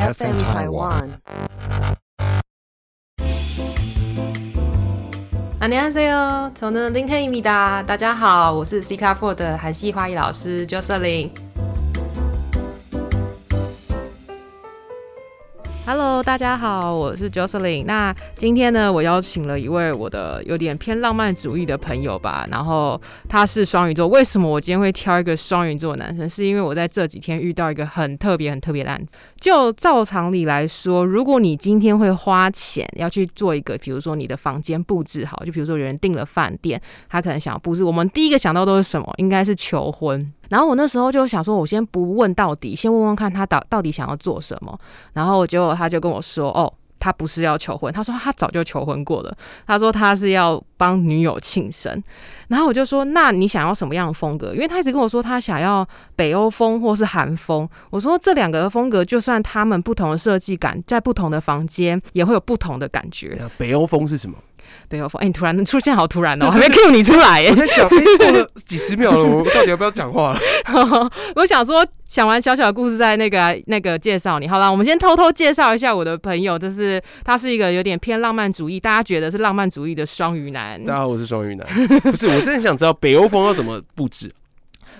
FM Taiwan. 안녕하세요。저는 링헤입니다。大家好，我是 C 卡 Four 的韩系花艺老师 Jocelyn。Hello，大家好，我是 Jocelyn。那今天呢，我邀请了一位我的有点偏浪漫主义的朋友吧，然后他是双鱼座。为什么我今天会挑一个双鱼座的男生？是因为我在这几天遇到一个很特别、很特别的案子。就照常理来说，如果你今天会花钱要去做一个，比如说你的房间布置好，就比如说有人订了饭店，他可能想要布置，我们第一个想到都是什么？应该是求婚。然后我那时候就想说，我先不问到底，先问问看他到到底想要做什么。然后结果他就跟我说，哦，他不是要求婚，他说他早就求婚过了，他说他是要帮女友庆生。然后我就说，那你想要什么样的风格？因为他一直跟我说他想要北欧风或是韩风。我说这两个风格，就算他们不同的设计感，在不同的房间也会有不同的感觉。等一下北欧风是什么？北欧风，哎、你突然出现好突然哦，我还没 cue 你出来耶我。在想，哎过 了几十秒了，我到底要不要讲话了？ 我想说，想完小小的故事再那个啊那个介绍你。好了，我们先偷偷介绍一下我的朋友，就是他是一个有点偏浪漫主义，大家觉得是浪漫主义的双鱼男。 大家好，我是双 鱼男。不是，我真的很想知道北欧风要怎么布置。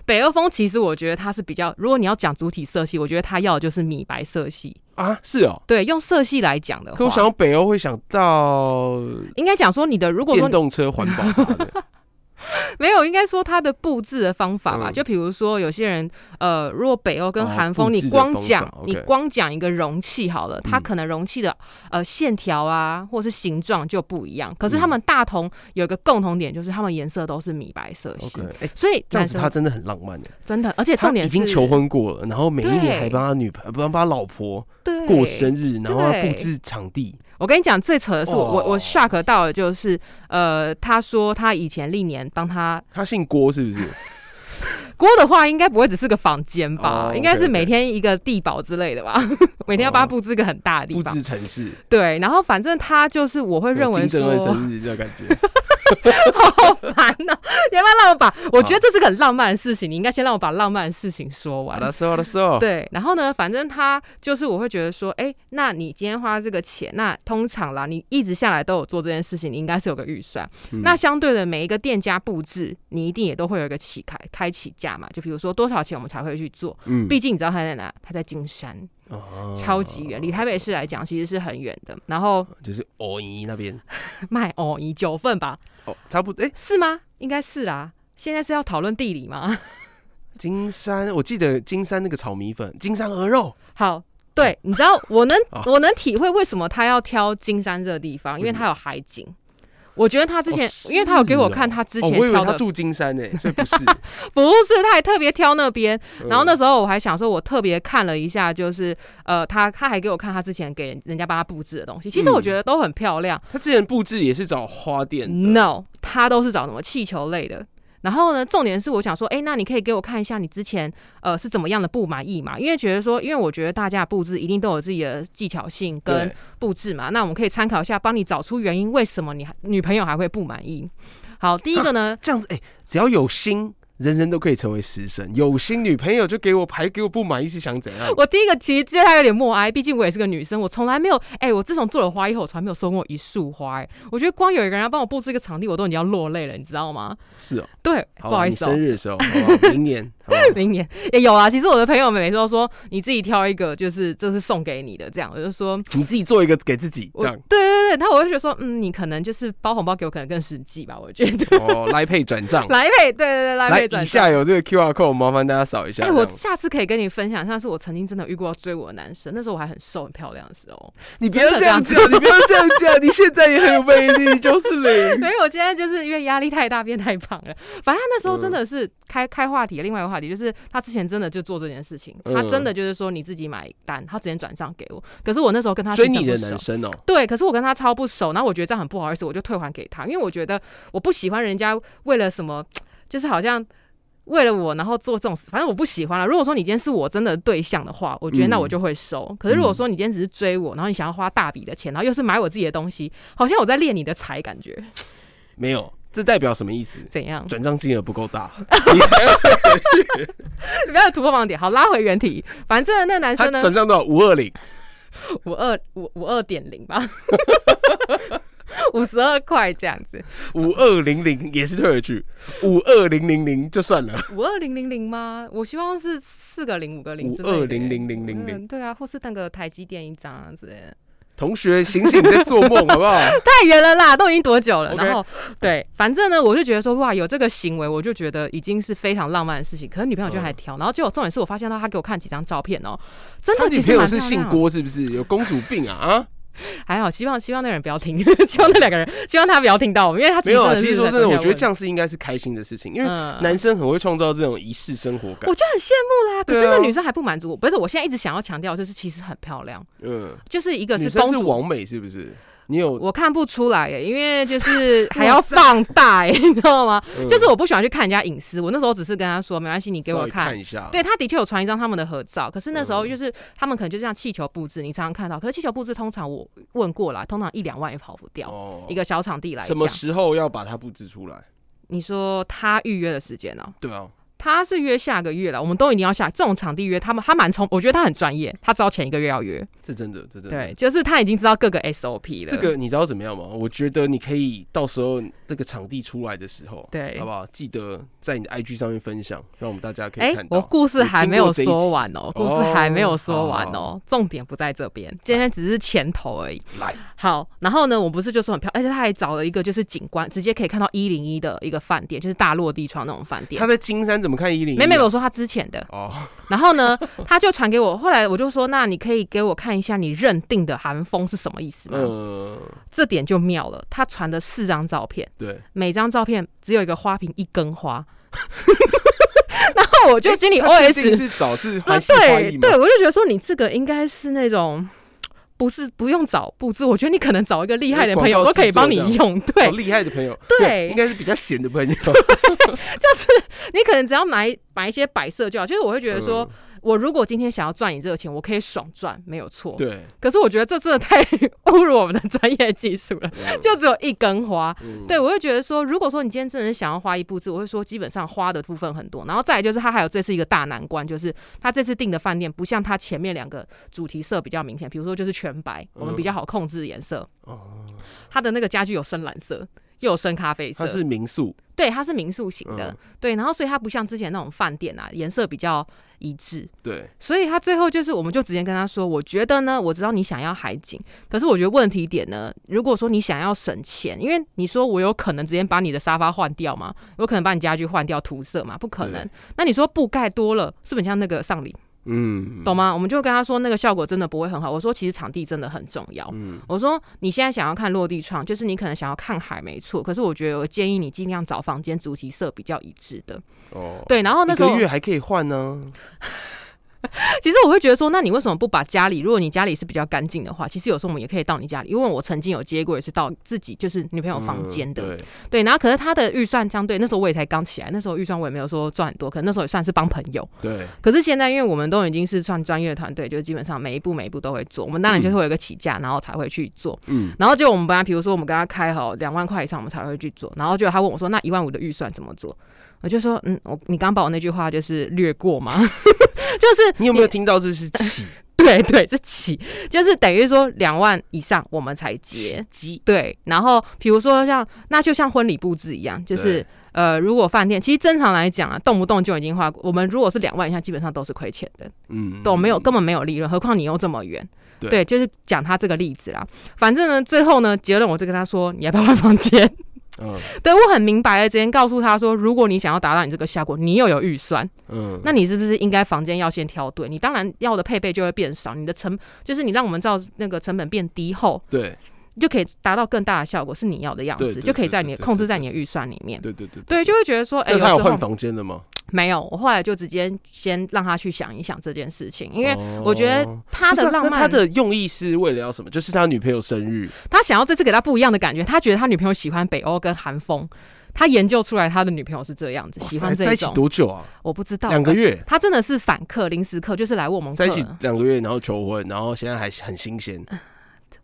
北欧风其实我觉得他是比较，如果你要讲主体色系，我觉得他要的就是米白色系。啊，是哦，对，用色系来讲的可我话，想到北欧会想到应该讲说你的，如果说电你动车环保啥 的，没有，应该说它的布置的方法吧。嗯就比如说，有些人呃，如果北欧跟哦韩风，布你置的光方讲法你 OK 光讲一个容器好了，它嗯可能容器的呃线条啊，或是形状就不一样。可是嗯他们大同有一个共同点，就是他们颜色都是米白色 OK，系。哎、所以这样男子生他真的很浪漫耶。真的，而且他重点已经是求婚过了，然后每一对年还帮他女朋友，帮他老婆对过生日，然后他对布置场地。我跟你讲，最扯的是我、我我哦 shock 到的就是，呃，他说他以前历年帮他他姓郭是不是？锅的话，应该不会只是个房间哦吧，OK，应该是 OK 每天一个地堡之类的吧， 每天要帮他布置一个很大的地布方。置城 市，对，然后反正他就是我会认有为金正恩说， 生日这种感觉。 好烦哦、你要不要让我把？我觉得这是个很浪漫的事情，你应该先让我把浪漫的事情说完。说好的说，对，然后呢，反正他就是我会觉得说，哎，那你今天花这个钱，那通常啦，你一直下来都有做这件事情，你应该是有个预算。嗯那相对的，每一个店家布置，你一定也都会有一个起开开起价嘛，就比如说多少钱我们才会去做。嗯毕竟你知道他在哪？他在金山，哦超级远，离台北市来讲其实是很远的。然 后就是欧姨那边卖哦，以九份吧，哦，差不多哎、是吗？应该是啦。现在是要讨论地理吗？ 金山，我记得金山那个炒米粉，金山鹅肉，好，对，你知道我能 哦我能体会为什么他要挑金山这个地方，因为为什么他有海景。我觉得他之前，哦因为他有给我看是哦他之哦前，我以挑为的，他住金山呢、所以 不是。不是，他还特别挑那边。然后那嗯时候我还想说，我特别看了一下，就是呃，他他还给我看他之前给人家帮他布置的东西，其实我嗯觉得都很漂亮。他之前布置也是找花店的 No，他都是找什么气球类的。然后呢，重点是我想说，哎，那你可以给我看一下你之前呃是怎么样的不满意嘛？因为觉得说，因为我觉得大家的布置一定都有自己的技巧性跟对布置嘛，那我们可以参考一下，帮你找出原因，为什么你还女朋友还会不满意。好，第一 个呢，这样子哎、只要有心，人人都可以成为食神。有心女朋友就给我牌，给我不满意是想怎样？我第一个其实对他有点默哀，毕竟我也是个女生，我从来没有，哎、我自从做了花以后，我从来没有收过一束花、哎，我觉得光有一个人要帮我布置一个场地，我都已经要落泪了，你知道吗？是哦、对，哎不好好吧，意你思、哦。生日的时候，好 不好明年，好不好明年也有啊。其实我的朋友们每次都说，你自己挑一个，就是这是送给你的这样。我就说，你自己做一个给自己我这对样。对对，他我会觉得说，嗯，你可能就是包红包给我，可能更实际吧。我觉得哦，来配转账， 来呗，对对对， 来来呗，转以账。下有这个 QR code，麻烦大家扫一下。哎、这我样下次可以跟你分享，像是我曾经真的遇过追我的男生，那时候我还很瘦很漂亮的时候。 你不要这样啊讲，你不要这样讲，你现在也很有魅力，就是零。所以我现在就是因为压力太大变太胖了。反正他那时候嗯真的是开、开话题，另外一个话题就是他之前真的就做这件事情，他真嗯的就是说你自己买单，他直接转账给我。可是我那时候跟他所以是真你的不熟男生哦、对，可是我跟他超不熟，然后我觉得这样很不好意思，我就退还给他，因为我觉得我不喜欢人家为了什么，就是好像为了我然后做这种事，反正我不喜欢了。如果说你今天是我真的对象的话，我觉得那我就会收。可是如果说你今天只是追我，然后你想要花大笔的钱，然后又是买我自己的东西，好像我在练你的财，感觉没有，这代表什么意思？怎样？ 转账金额不够大，你才要不要突破盲点，好拉回原题。反正那男他生呢，转账到五二零，五二五五二点零吧， 五十二块这样子，五二零零也是退回去，五二零零零就算了，五二零零零吗？我希望是四个零、五个零五之类的耶。二零零零零零。嗯，对啊，或是那个台积电一张啊之类的。同学，醒 醒，你在做梦好不好？太远了啦，都已经多久了 OK 然后对，反正呢，我就觉得说哇，有这个行为，我就觉得已经是非常浪漫的事情。可是女朋友就还挑，嗯然后结果重点是我发现到她给我看几张照片哦、真他的女其朋实友蛮是漂姓亮的。郭是不是？有公主病啊啊？还好，希望希望那人不要听， 希望那两个人，希望他不要听到我们，因为他没有啊，的其是实说人真的，格我觉得问这样是应该是开心的事情，因为嗯男生很会创造这种仪式生活感我。就很羡慕啦。可是对啊那女生还不满足我，不是？我现在一直想要强调，就是其实很漂亮，嗯，就是一个女是生公是主。王美是不是？你有我看不出来耶，因为就是 还要放大耶， 你知道吗？嗯就是我不喜欢去看人家隐私。我那时候只是跟他说，没关系，你给稍我微看看。一下？对，他的确有传一张他们的合照，可是那时候嗯就是、他们可能就像气球布置，你常常看到。可是气球布置通常我问过啦，通常一两万也跑不掉。哦一个小场地来什讲么，时候要把它布置出来？你说他预约的时间呢、哦对啊，他是约下个月了，我们都一定要下这种场地约他们，他蛮聪，我觉得他很专业，他知道前一个月要约，这真的，这真的。对，就是他已经知道各个 SOP 了。这个你知道怎么样吗？我觉得你可以到时候这个场地出来的时候，对好不好？记得在你的 IG 上面分享，让我们大家可哎、以看到。我故事还没有说完听哦、过故这一集事还没有说完哦、哦重点不在这边，今天只是前头而已。来，好，然后呢，我不是就说很漂亮，而且他还找了一个就是景观，直接可以看到一零一的一个饭店，就是大落地窗那种饭店他。在金山怎么看一零？没没，我说他之前的，哦， 然后呢，他就传给我，后来我就说，那你可以给我看一下你认定的韩风是什么意思吗？嗯，这点就妙了，他传了四张照片，对，每张照片只有一个花瓶，一 根花。 然后我就心里他确定 OS，、是找是那环西花对艺吗？对，我就觉得说你这个应该是那种。不是不用找布置，我觉得你可能找一个厉害的朋友呃广告都制作可以帮你这样用。对好，厉害的朋友，对应该是比较闲的朋友。你可能只要买买一些摆设就好。就是我会觉得说，嗯我如果今天想要赚你这个钱，我可以爽赚，没有错。嗯对，可是我觉得这真的太 侮辱我们的专业技术了，嗯 就只有一根花。嗯对，我会觉得说，如果说你今天真的是想要花一布置，我会说基本上花的部分很多，然后再来就是他还有这次一个大难关，就是他这次订的饭店不像他前面两个主题色比较明显，比如说就是全白，我们比较好控制颜色，嗯哦，他的那个家具有深蓝色。又有深咖啡色他，是民宿，对，它是民宿型的，嗯对，然后所以它不像之前那种饭店啊，颜色比较一致，对，所以他最后就是，我们就直接跟他说，我觉得呢，我知道你想要海景，可是我觉得问题点呢，如果说你想要省钱，因为你说我有可能直接把你的沙发换掉嘛，有可能把你家具换掉涂色嘛，不可能对。那你说布盖多了，是不是很像那个上礼，嗯，懂吗？我们就跟他说，那个效果真的不会很好。我说，其实场地真的很重要。嗯，我说你现在想要看落地窗，就是你可能想要看海，没错。可是我觉得我建议你尽量找房间主题色比较一致的。哦，对，然后那一时候个月还可以换呢。其实我会觉得说，那你为什么不把家里？如果你家里是比较干净的话，其实有时候我们也可以到你家里，因为我曾经有接过，也是到自己就是女朋友房间的、嗯，对对。然后可是他的预算相对那时候我也才刚起来，那时候预算我也没有说赚很多，可能那时候也算是帮朋友。对，可是现在因为我们都已经是算专业的团队，就基本上每一步每一步都会做，我们当然就是会有一个起价，然后才会去做。嗯，然后结果我们本来比如说我们跟他开好两万块以上，我们才会去做。然后结果他问我说：“那一万五的预算怎么做？”我就说：“嗯，我你刚刚把我那句话就是略过嘛， 就是你有没有听到这是起 对对是起，就是等于说两万以上我们才结。”鸡？对，然后比如说像，那就像婚礼布置一样，就是对呃，如果饭店其实正常来讲啊，动不动就已经花，我们如果是两万以下，基本上都是亏钱的。嗯，都没有根本没有利润，何况你又这么远。对对，就是讲他这个例子啦。反正呢，最后呢，结论我就跟他说，你要不要换房间？嗯 对我很明白的，直接告诉他说，如果你想要达到你这个效果，你又有预算，嗯，那你是不是应该房间要先挑对？你当然要的配备就会变少，你的成就是你让我们照那个成本变低后，对就可以达到更大的效果，是你要的样对子，对就可以在你对对对控制在你的预算里面。对对对。对，就会觉得说，哎、那他有有时候换房间了吗？没有，我后来就直接先让他去想一想这件事情，因为哦我觉得他不是的啊浪那漫，他的用意是为了要什么？就是他女朋友生日，他想要这次给他不一样的感觉，他觉得他女朋友喜欢北欧跟韩风，他研究出来他的女朋友是这样子，喜欢哇塞这在一一起种。多久啊？我不知道两个，月，他真的是散客、临时客，就是来问我们在客嗯一。起两个月，然后求婚，然后现在还很新鲜。哎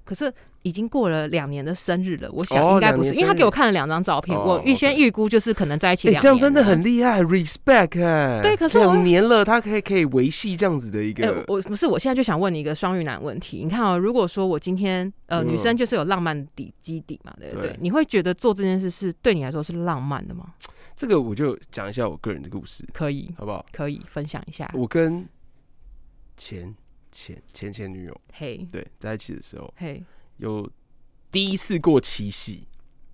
可是已经过了两年的生日了，我想哦应该两不是，年因为他生日给我看了两张照片，哦我预先 OK 预估就是可能在一起两年、这样真的很。厉害，respect 哎、对可是我两年了，他可以可以维系这样子的一哎、个，我不是，我现在就想问你一个双鱼男问题。你看哦，如果说我今天呃，嗯女生就是有浪漫底基底嘛，对不对？对你会觉得做这件事是对你来说是浪漫的吗？这个我就讲一下我个人的故事，可以，好不好？可以分享一下。我跟前前前前女友嘿，对在一起的时候，嘿，有第一次过七夕，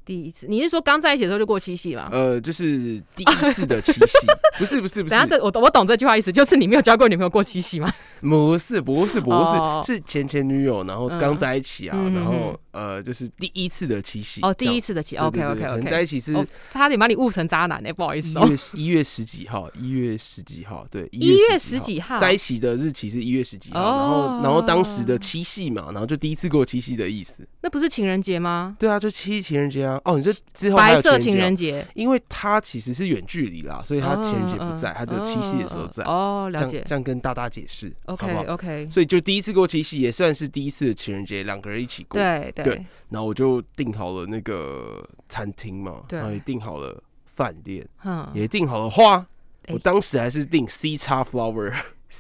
第一次，你是说刚在一起的时候就过七夕吗？呃，就是第一次的七 夕，不是不是不等下是，这我懂我懂这句话意思，就是你没有交过女朋友过七夕吗？不是不是哦不是，是前前女友，然后嗯刚在一起啊，嗯然嗯后呃，就是第一次的七夕哦，第一次次的七，OK OK 可能在 OK，一起是哦，差点把你误成渣男呢、不好意一思哦、月一月十几号，一月十几号，对，一月十十几号号在一起的日期是一月十几号，哦然后然后当时的七夕嘛，然后就第一次过七夕的意思。那不是情人节吗？对啊，就七夕情人节啊。哦，你这之后还白有色情情人人节节，啊，因为他其实是远距离啦，所以他情人节不在，嗯他只有七夕的时候在。哦，这了样解这样跟大大解释好，OK 哦不好？ OK，所以就第一次过七夕，也算是第一次的情人节，两个人一起过。对对对，然后我就订好了那个餐厅嘛，对然后也订好了饭店，嗯也订好了花。哎我当时还是订 C 叉 flower，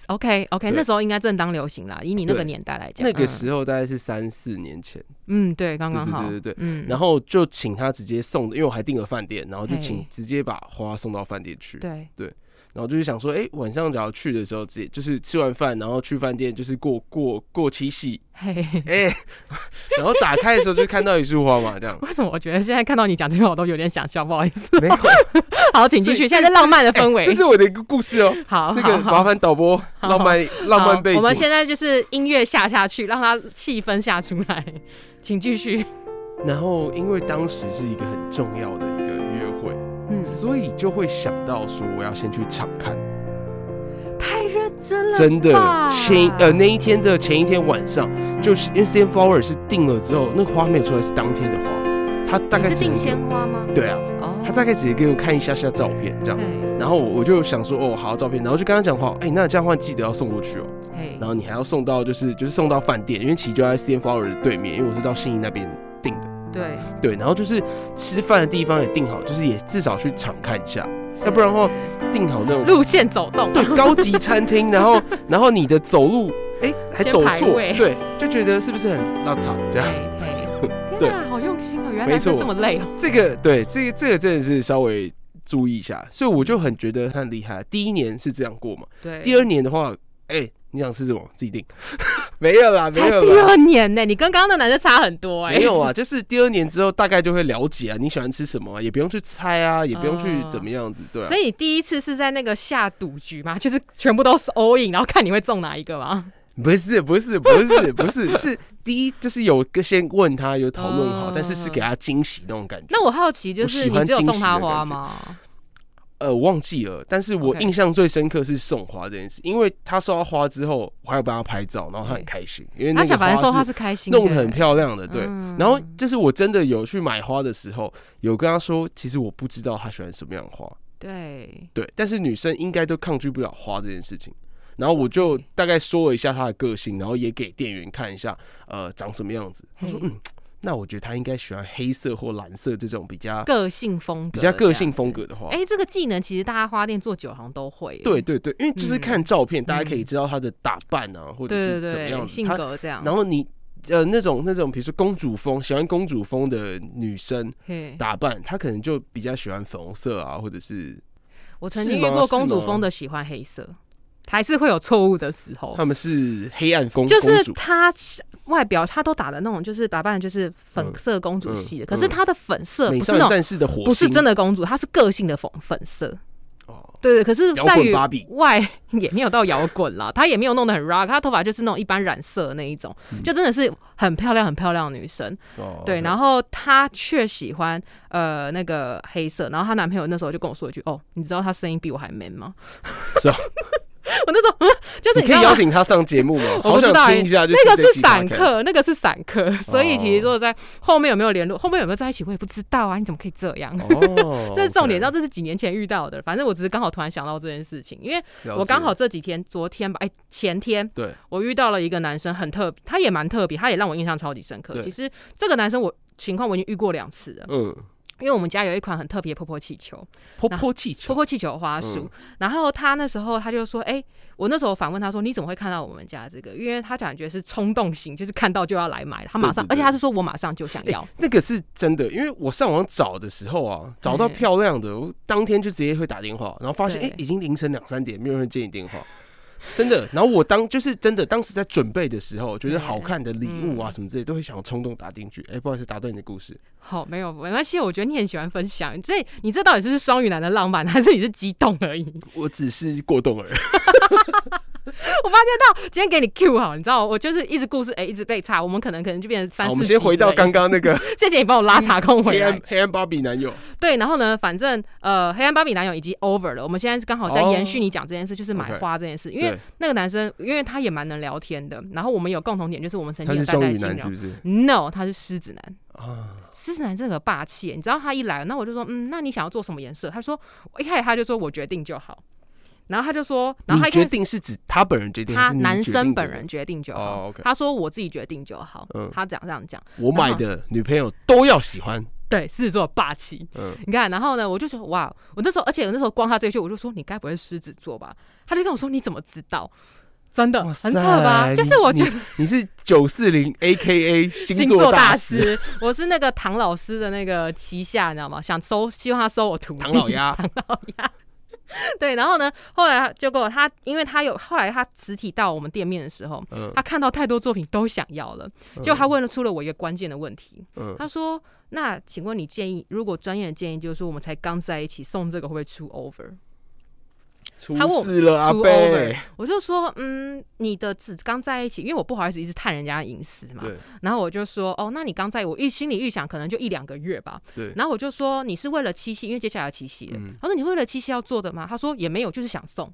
，OK OK，对那时候应该正当流行啦，以你那个对年代来 讲，那个嗯，时候大概是三四年前，嗯，对，刚刚好，对对对对嗯，然后后就请他直接送，因为我还订了饭店，然后就嘿请直接把花送到饭店去。对，然后就是想说，哎、晚上只要去的时候，直接就是吃完饭，然后去饭店，就是过过过七夕，嘿。。哎、 然后打开的时候就看到一束花嘛，这样 为什么我觉得现在看到你讲这个，我都有点想笑？不好意 思，没有，好，请继续。这现在是浪漫的氛围，这是我的一个故事哦。好，那个好好麻烦导播，好浪漫浪好漫背我们景。现在就是音乐下下去，让它气氛下出来，请继续。然后因为当时是一个很重要的一个约会，嗯，所以就会想到说我要先去场看。太认真了吧，真的前呃那一天的前一天晚上，就是因为 s a n Flower 是定了之后，那个花没有出来是当天的花，他大概你是只能定给鲜花吗？对啊，哦，他大概只是给我看一下下照片这样，嗯然后我就想说哦好照片，然后就跟他讲话，哎、那这样的话记得要送过去哦，嘿，然后你还要送到就是就是送到饭店，因为其实就在 s a n Flower 的对面，因为我是到信义那边订的，对，对，然后就是吃饭的地方也定好，就是也至少去场看一下，要不然的话订好那种路线走动，对，高级餐厅，然后 然后你的走路，哎、还先走排错，位对，就觉得是不是很拉草这样？嘿，嘿啊对天啊，好用心哦，原来没男生错这么累哦，这个对，这个这个真的是稍微注意一下，所以我就很觉得他很厉害。第一年是这样过嘛，对第二年的话，哎、你想吃什么自己定， 没有啦，没才有第啦。二年呢，你跟刚刚的男生差很多哎，没有啊，就是第二年之后大概就会了解啊，你喜欢吃什么啊、也不用去猜啊，也不用去怎么样子，对啊所。以你第一次是在那个下赌局吗？就是全部都是 all in，然后看你会中哪一个吗？不是不是不是不是， 是第一就是有个先问他有讨论哦好，但是是给他惊喜那种感觉。那我好奇，就我是喜你欢只有惊送喜他的花感觉吗？呃，我忘记了，但是我 OK 印象最深刻是送花这件事，因为他收到花之后，我还有帮他拍照，然后他很开心，因为那他个讲反正说花他是是开心的，弄得很漂亮的，对。嗯然后就是我真的有去买花的时候，有跟他说，其实我不知道他喜欢什么样的花，对，对，但是女生应该都抗拒不了花这件事情。然后我就大概说了一下他的个性，然后也给店员看一下，呃，长什么样子。他说，嘿嗯，那我觉得他应该喜欢黑色或蓝色这种比较个性风格，比较个性风。格的花。哎、这个技能其实大家花店做久好像都会耶，对对对，因为就是嗯看照片，大家可以知道她的打扮啊，或者对是对怎么对，样子。性她格啊这样。然后你呃那种那种，比如说公主风，喜欢公主风的女生嘿，打扮，她可能就比较喜欢粉红色啊，或者是我曾经是吗遇过公主是吗风的喜欢黑色，还是会有错误的时候，她们是黑暗风哦就是公主。她外表她都打的那种，就是打扮得就是粉色公主系的，嗯嗯可是她的粉色美不少是那女种战士的火星不是真的公主，她是个性的粉粉色。哦，对对，可是摇在滚于芭比外 也没有到摇滚啦，她也没有弄得很 rock，她头发就是那种一般染色的那一种，嗯就真的是很漂亮很漂亮的女生。哦对，然后她却喜欢呃那个 黑色，然后她男朋友那时候就跟我说一句：“哦，你知道她声音比我还 man 吗？”是啊我那时候就是你可你知以道邀吗请他上节目吗？ 我好不知想道欸听一下，就那个这是集散 podcast， 客，那个是散客，所以其哦实说在后面有没有联络，后面有没有在一起，我也不知道啊。你怎么可以这样？，哦这是重点，到然后这是几年前遇到的，反正我只是刚好突然想到这件事情，因为我刚好这几天，昨天吧，哎、前天，对，我遇到了一个男生，很特别，他也蛮特别，他也让我印象超级深刻。对其实这个男生我情况我已经遇过两次了，嗯，因为我们家有一款很特别的婆婆气球，泼泼气婆球，嗯婆气球花束。然后他那时候他就说：“哎、我那时候反问他说，你怎么会看到我们家这个？因为他感觉是冲动型，就是看到就要来买，他马上，对对对而且他是说我马上就想哎要。那个是真的，因为我上网找的时候啊，找到嗯漂亮的，我当天就直接会打电话，然后发现哎、对诶已经凌晨两三点，没有人接你电话，真的。然后我当就是真的，当时在准备的时候，觉得对好看的礼物啊嗯什么之类，都会想要冲动打进去。哎、不好意思，打断你的故事，好，没有没关系，我觉得你很喜欢分享，这你这到底是双鱼男的浪漫，还是你是激动而已？ 我只是过动而已。今天给你 Q 好，你知道，我就是一直故事哎、一直被插，我们可能可能就变成三好，四。我们先回到，刚刚那 个谢谢你帮我拉茶空回黑来暗。黑暗芭比男友，对，然后呢，反正呃，黑暗芭比男友已经 over 了，我们现在是刚好在哦延续你讲这件事，就是买 OK 花这件事，因为对，那个男生，因为他也蛮能聊天的，然后我们有共同点，就是我们曾他经是有代双代鱼金男是融。不是 No，他是狮子男。啊？狮子男真的很霸气耶，你知道他一来，那我就说，嗯，那你想要做什么颜色？他说，我一开始他就说我决定就好，然后他就说，然你后他一开决始定是指他本人决定，还他是你男决生定本的人决定就好，哦，OK，他说我自己决定就好，嗯他这样这样讲，我买的女朋友都要喜欢，对，狮子座霸气，嗯，你看，然后呢，我就说哇，我那时候，而且我那时候光他这一句，我就说你该不会是狮子座吧？他就跟我说你怎么知道？真的哇很扯吧？塞就是我觉得你是九四零 A K A 星座座大师，师，我是那个唐老师的那个旗下，你知道吗？想收，希望他收我徒弟。唐老鸭， 对，然后呢，后来他结果他，因为他有后来他实体到我们店面的时候，嗯，他看到太多作品都想要了，结果他问了出了我一个关键的问题，嗯，他说：“那请问你建议，如果专业的建议就是说我们才刚在一起送这个会不会出 over？” 出他问我事了，阿 Too 贝 over，，我就说，嗯，你的只刚在一起，因为我不好意思一直探人家的隐私嘛。对然后我就说，哦，那你刚在我预心里预想可能就一两个月吧。对，然后我就说，你是为了七夕，因为接下来要七夕了。嗯他说你为了七夕要做的吗？他说也没有，就是想送。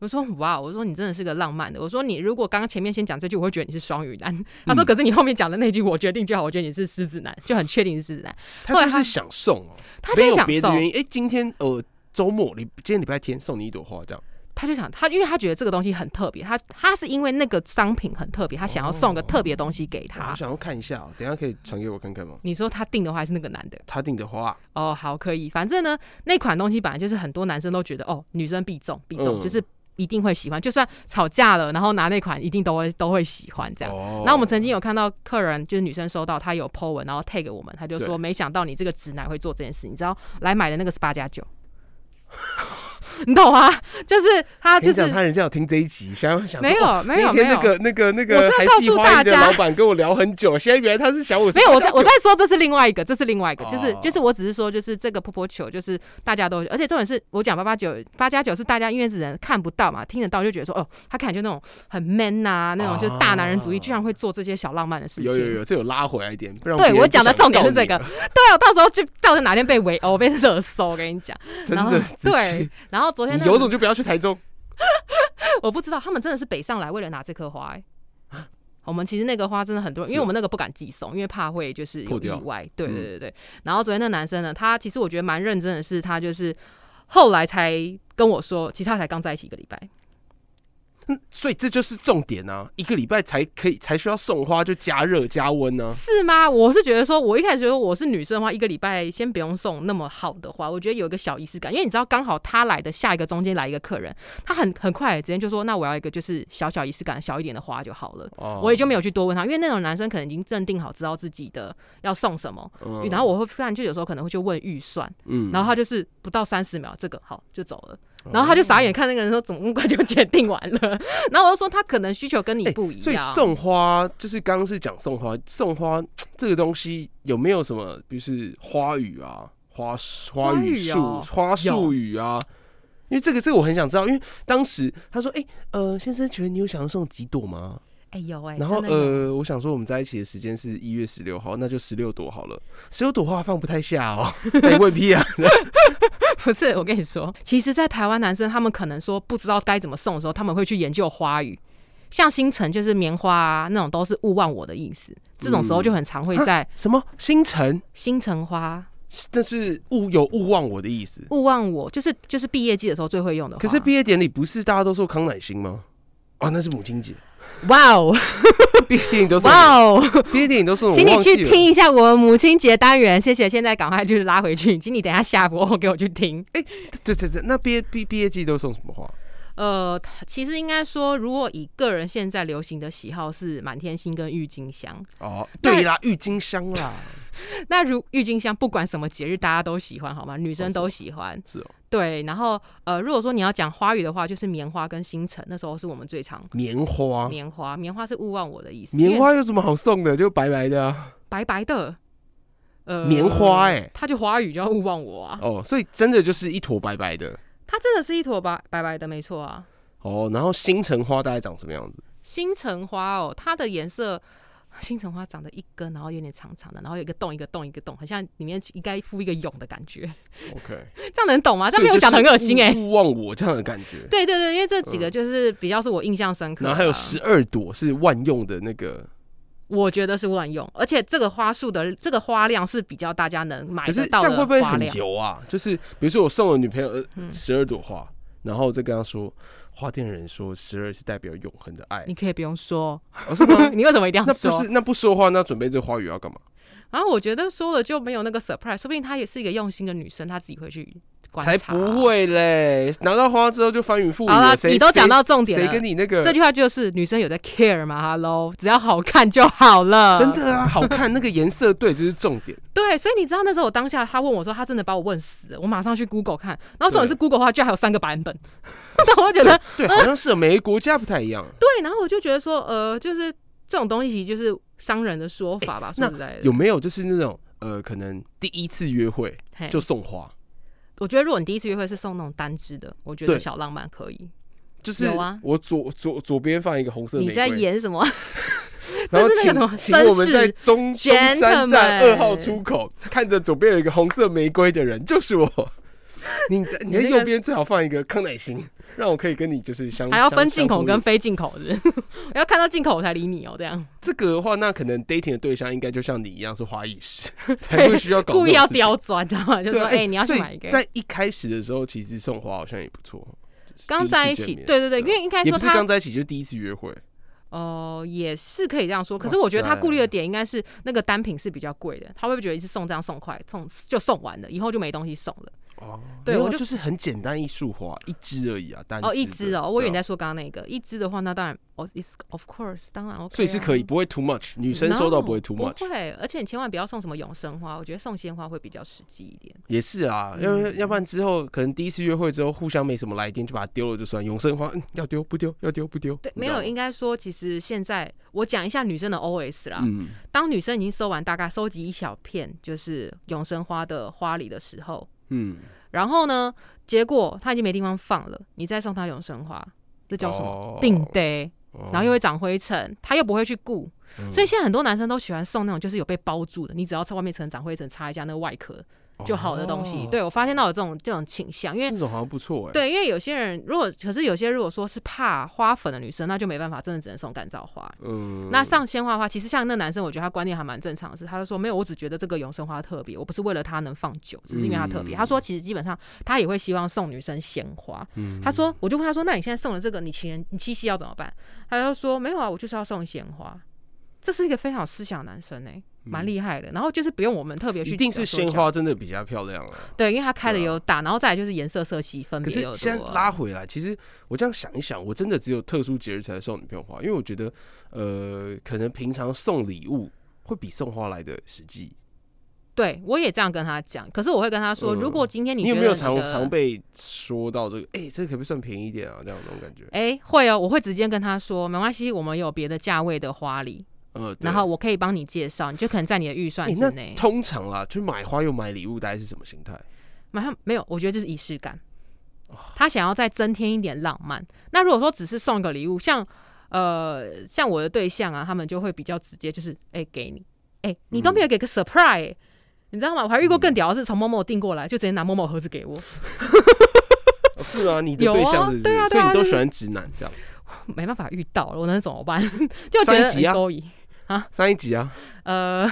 我说哇，我说你真的是个浪漫的。我说你如果刚刚前面先讲这句，我会觉得你是双鱼男。他嗯说可是你后面讲的那句，我决定就好，我觉得你是狮子男，就很确定是狮子男。他后来就他是想送哦，他没就有想别的送，原因。哎，今天呃周末，你今天礼拜天送你一朵花，这样他就想他，因为他觉得这个东西很特别，他他是因为那个商品很特别，他想要送哦个特别东西给我他。好想要看一下哦，等一下可以传给我看看吗？你说他订的话还是那个男的？他订的花，哦，好，可以。反正呢，那款东西本来就是很多男生都觉得哦，女生必中必嗯中，就是一定会喜欢，就算吵架了，然后拿那款一定都会都会喜欢这样。哦然后我们曾经有看到客人，就是女生收到，她有 po 文，然后 tag 我们，她就对说没想到你这个直男会做这件事，你知道来买的那个是八加九， 你懂吗？ 就是他跟就你是讲他人家有听这一集，想想没说哦有没有那没天那有。个那个那我是个要韩告系诉花艺大的家老板跟我聊很久，现在原来他是想我没有，我在我在在说这是另外一个，这是另外一个，就是哦就是我只是说，就是这个婆婆球，就是大家都，而且重点是我讲八八九八加九是大家因为只能看不到嘛，听得到就觉得说哦，他看起来就那种很 man 呐、那种就是大男人主义，哦居然会做这些小浪漫的事情。有有有，这有拉回来一点，不然对别人我不讲的想重点告是这你个，了，对啊，到时候就到时候哪天被围殴、被 热搜，我跟你讲。真然后的直接对，然后昨天你那有个种就不要去台中。我不知道，他们真的是北上来为了拿这颗花、欸。我们其实那个花真的很多人，因为是我们那个不敢寄送，因为怕会就是有破意掉外。对嗯对对对。然后昨天那男生呢，他其实我觉得蛮认真的是，他就是后来才跟我说，其实他才刚在一起一个礼拜。嗯所以这就是重点啊！一个礼拜才可以才需要送花，就加热加温啊。是吗？我是觉得说，我一开始觉得我是女生的话，一个礼拜先不用送那么好的花，我觉得有一个小仪式感，因为你知道，刚好他来的下一个中间来一个客人，他很很快直接就说，那我要一个就是小小仪式感小一点的花就好了。哦我也就没有去多问他，因为那种男生可能已经认定好，知道自己的要送什么。嗯然后我会突然就有时候可能会去问预算，嗯然后他就是不到三十秒，这个好就走了。然后他就傻眼看那个人说，怎么那么快就决定完了？然后我就说他可能需求跟你哎不一样，所以送花就是刚刚是讲送花，送花这个东西有没有什么，就是花语啊、花花花语语术、哦花术有语啊？因为这个，这个我很想知道，因为当时他说：“哎、呃，先生，请问你有想要送几朵吗？”哎有哎，然后真的有呃，我想说我们在一起的时间是一月十 六号，那就十六朵好了。十六朵花放不太下哦，哎、问屁啊！不是，我跟你说，其实，在台湾男生他们可能说不知道该怎么送的时候，他们会去研究花语，像星辰就是棉花、啊、那种，都是勿忘我的意思。这种时嗯候就很常会在 什么星辰？星辰花那是勿有勿忘我的意思。勿忘我，就是就是毕业季的时候最会用的花。可是毕业典礼不是大家都说康乃馨吗？啊，那是母 亲节。哇哦毕业典礼都是哇哦，毕业典礼都是我请你忘记去了听一下我们母亲节单元，谢谢。现在赶快就是拉回去，请你等一下下播给我去听。对对对，那毕业毕毕业季都送什么花？呃，其实应该说，如果以个人现在流行的喜好是满天星跟郁金香，哦，那对啦，郁金香啦， 那如郁金香不管什么节日大家都喜欢，好吗？女生是哦都喜欢。是哦，对，然后呃，如果说你要讲花语的话，就是棉花跟星辰，那时候是我们最常。棉花，棉花，棉花是勿忘我的意思。啊棉花有什么好送的？就白白的啊。白白的，呃，棉花欸它就花语叫勿忘我啊，哦，所以真的就是一坨白白的。它真的是一坨白白白的，没错啊。哦，然后星辰花大概长什么样子？星辰花哦，它的颜色，星辰花长得一根，然后有点长长的，然后有一个洞，一个洞，一个洞，很像里面应该敷一个蛹的感觉， OK，这样能懂吗？这样没有讲的很恶心所哎、以就是嗯勿勿忘我这样的感觉。对对对，因为这几个就是比较是我印象深刻嗯的啊、然后还有十二朵是万用的那个，我觉得是万用，而且这个花束的这个花量是比较大家能买可是得这哎到的样会不会花嗯很量。油啊？就是比如说我送了女朋友呃十二朵花，然后再跟她说，花店人说十二是代表永恒的 爱你，可以不用说，？哦是吗你为什么一定要那说？不是那不说话，那准备这花语要干嘛？然后我觉得说了就没有那个 surprise，说不定她也是一个用心的女生，她自己会去观才察。不！会嘞！拿到花之后就翻云覆雨好了了，谁你都讲到重谁点谁了。跟你那个这句话就是女生有在 care 吗？Hello，只要好看就好了。真的啊，好看那个颜色对，这是重点。对，所以你知道那时候我当下她问我说，她真的把我问死了，我马上去 Google 看，然后重点是 Google 的话居然还有三个版本，那我觉得 对，好像是每个国家不太一样。 对，然后我就觉得说，呃，就是这种东西其实就是商人的说法吧，那说实在的，有没有就是那种呃，可能第一次约会嘿就送花，我觉得如果你第一次约会是送那种单支的，我觉得对小浪漫可以。就是有啊我左左左边放一个红色的你玫在瑰，演什么？然后这是那请个什么请我们绅士在中中山站 Gentleman 二号出口看着左边有一个红色玫瑰的人就是我。 你在你在你那个右边最好放一个康乃馨，让我可以跟你就是相还要分相进口相呼跟应非进口是不是 我要看到进口我才理你哦、这样这个的话，那可能 dating 的对象应该就像你一样是花艺 师，才对会需要搞这故种意要事情刁钻，知道吗？就对说啊，哎、你要去所以买一个。在一开始的时候，其实送花好像也不错。就是刚第次在一见起，面对对对，因对啊为应该也说不是他刚在一起，就是第一次约会。哦、也是可以这样说，可是哇我觉得他塞顾虑的点应该是那个单品是比较贵的，他会不会觉得一次送这样送快送就送完了，以后就没东西送了？哦，对没有我啊就就是很简单一束花，一支而已啊，单哦，一支支的哦，我以为你。对啊在说刚刚那个一支的话，那当然哦、i s of course，当然 OK，、啊、所以是可以，不会 too much，女生 No，收到不会 too 不 much，会，而且你千万不要送什么永生花，我觉得送鲜花会比较实际一点。也是啊，要嗯要不然之后可能第一次约会之后互相没什么来电，就把它丢了就算。永生花嗯要丢不丢，要丢不丢，对，你没知道有，吗应该说，其实现在我讲一下女生的 OS 啦。嗯，当女生已经收完大概收集一小片就是永生花的花礼的时候，嗯，然后呢，结果她已经没地方放了，你再送她永生花，这叫什么？哦定呆，哦然后又会长灰尘，她又不会去顾，嗯所以现在很多男生都喜欢送那种就是有被包住的，你只要在外面可能长灰尘，擦一下那个外壳就好的东西。哦对我发现到有这种这种倾向，因为那种好像不错哎。对，因为有些人如果可是有些如果说是怕花粉的女生，那就没办法，真的只能送干燥花。嗯，那上鲜花的话，其实像那男生，我觉得他观念还蛮正常的是，他就说没有，我只觉得这个永生花特别，我不是为了它能放久，只是因为它特别。嗯他说其实基本上他也会希望送女生鲜花。嗯他说，我就问他说，那你现在送了这个，你情人你七夕要怎么办？他就说没有啊，我就是要送鲜花。这是一个非常有思想的男生哎、蛮厉害的。然后就是不用我们特别去嗯一定讲是说鲜教，花真的比较漂亮啊。对，因为它开的对啊又大，然后再来就是颜色色系分可别是又现在多。啊拉回来，其实我这样想一想，我真的只有特殊节日才会送女朋友花，因为我觉得，呃，可能平常送礼物会比送花来的实际。对我也这样跟他讲，可是我会跟他说，嗯如果今天你你觉有得没有的常常被说到这个？哎、这可不可以算便宜一点啊？这样那种感觉。哎、会哦，我会直接跟他说，没关系，我们有别的价位的花礼，呃，对然后我可以帮你介绍，你就可能在你的预算哎之内那。通常啦，去买花又买礼物，大概是什么 心态？马上没有，我觉得就是仪式感，哦他想要再增添一点浪漫。那如果说只是送个礼物，像呃像嗯我的对象啊，他们就会比较直接，就是哎、给你，哎、你都没有给个 surprise、你知道吗？我还遇过更屌的是从某某订过来，就直接拿某某盒子给我，哦是吗？你的有啊对象是不是？对啊对所啊以你都就是喜欢直男这 样？没办法遇到了，我能怎么办？ 就觉得上一集啊很勾引。上一集啊，呃，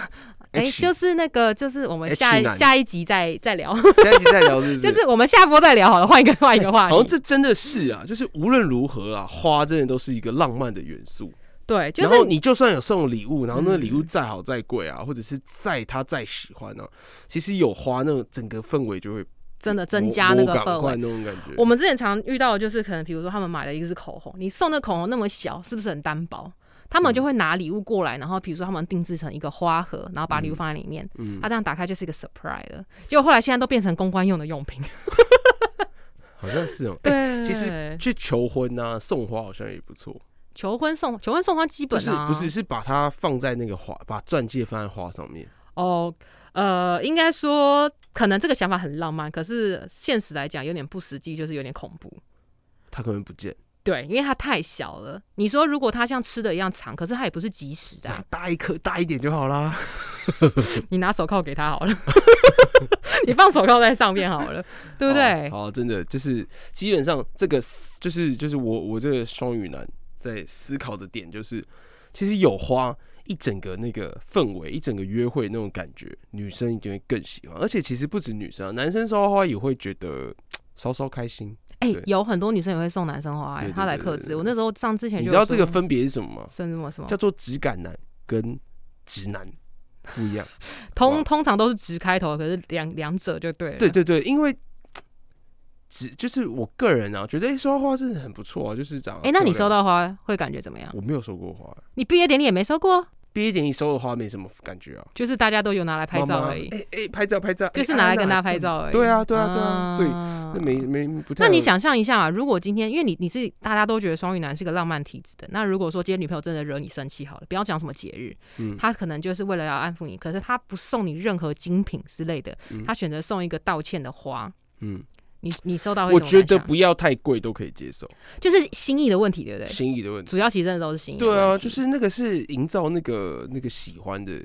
哎、 H 就是那个，就是我们 H 下男下一集再再聊，下一集再聊是不是？ 就是 我们下播再聊好了，换一个换一个好话像题。哦这真的是啊，就是无论如何啊，花真的都是一个浪漫的元素。对，就然后是你就算有送礼物，然后那礼物嗯再好再贵啊，或者是再他再喜欢啊，其实有花，那种整个氛围就会真的磨增加那个磨氛赶快围。那种感觉。我们之前常遇到的就是，可能比如说他们买了一支口红，你送的口红那么小，是不是很单薄？他嗯们就会拿礼物过来，然后比如说他们定制成一个花盒，然后把礼物放在里面，嗯他、，这样打开就是一个 surprise 了。结果后来现在都变成公关用的用品。好像是哦。哎对，其实去求婚啊，送花好像也不错。求婚送求婚送花基不本是啊，不是，是把它放在那个花，把钻戒放在花上面。哦，呃，应该说可能这个想法很浪漫，可是现实来讲有点不实际，就是有点恐怖。它可能不见，对，因为它太小了。你说如果它像吃的一样长，可是它也不是及时的啊、拿大一颗大一点就好啦。嗯你拿手铐给它好了， 你放手铐在上面 好了，对不对？哦好，好真的就是基本上这个思就是就是我我这个双鱼男在思考的点就是，其实有花一整个那个氛围，一整个约会那种感觉，女生一定会更喜欢。而且其实不止女生、啊，男生收到花也会觉得稍稍开心。哎、对有很多女生也会送男生花、对哎，对他来对克对制。对我那时候上之前你就知有道这个说分别是什么吗？甚至什么什么叫，做质感男跟直男不一样。通通常都是直开头，可是两两者就 对了。啊对对对，因为。只就是我个人啊，觉得哎收到花真的很不错啊，就是长得哎、那你漂收亮？到花会感觉怎么样？我没有收过花，你毕业典礼也没收过，毕业典礼收的花没什么感觉啊，就是大家都有拿来拍妈照妈而已。哎哎、拍照拍照，就是哎拿来啊跟那大家拍就照而已。对啊对啊对啊所以那那没。没不太。那你，想象一下啊，如果今天，因为你你是大家都觉得双鱼男是个浪漫体质的，那如果说今天女朋友真的惹你生气好了，不要讲什么节日，嗯她可能就是为了要安抚你，可是她不送你任何精品之类的，嗯她选择送一个道歉的花，嗯，你你收到会我怎哦么觉感得想不要太贵都可以接受，就是心意的问题，对不对？心意的问题。主要其实真的都是心意的问对题。啊，就是那个是营造那个那个喜欢的，一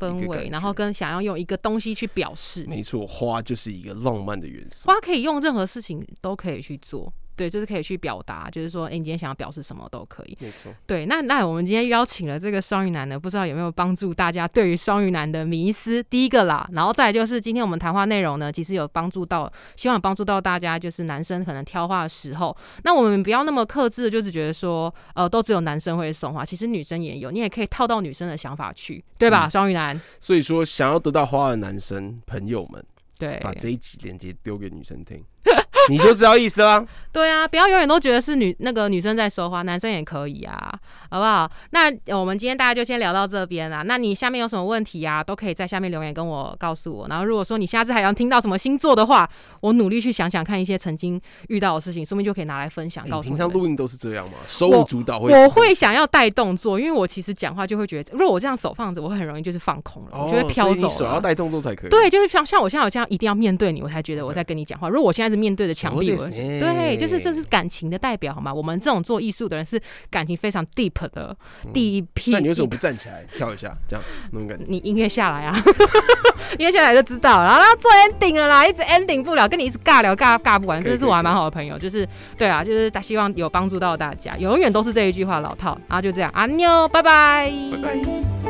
氛个感围，觉嗯然后跟想要用一个东西去表示，没错，花就是一个浪漫的元素。花可以用任何事情都可以去做，对，就是可以去表达，就是说，哎、你今天想要表示什么都可以。没错，对，那那我们今天邀请了这个双鱼男呢，不知道有没有帮助大家对于双鱼男的迷思？第一个啦，然后再来就是今天我们谈话内容呢，其实有帮助到，希望有帮助到大家，就是男生可能挑花的时候，那我们不要那么克制，就是觉得说，呃，都只有男生会送花，其实女生也有，你也可以套到女生的想法去，对吧？嗯双鱼男，所以说想要得到花的男生朋友们，对，把这一集链接丢给女生听， 你就知道意思啦。对啊，不要永远都觉得是女那个女生在说话，男生也可以啊，好不好？那呃我们今天大家就先聊到这边啦。那你下面有什么问题啊，都可以在下面留言跟我告诉我。然后如果说你下次还想听到什么星座的话，我努力去想想看一些曾经遇到的事情，说不定就可以拿来分享哎告你诉平你常们。录音都是这样吗？手舞足蹈会？我会想要带动作，因为我其实讲话就会觉得，如果我这样手放着，我会很容易就是放空了，哦，我就会飘所以走你手要了。带动作才可以。哦对，就是像像我现在有这样，一定要面对你，我才觉得我在跟你讲话。如果我现在是面对着墙壁，我そう会ですね对，就是这是感情的代表，好吗？我们这种做艺术的人是感情非常 deep 的第一嗯批。那你为什么一不站起来跳一下？这样那种感觉。你音乐下来啊， 音乐下来就知道了。然后他做 ending 了啦，一直 ending 不了，跟你一直尬聊尬尬不完，可以真的是我还蛮好的朋友。就是对啊，就是希望啊有帮助到大家，永远都是这一句话老套。然后就这样，阿妞，拜拜。拜拜。 「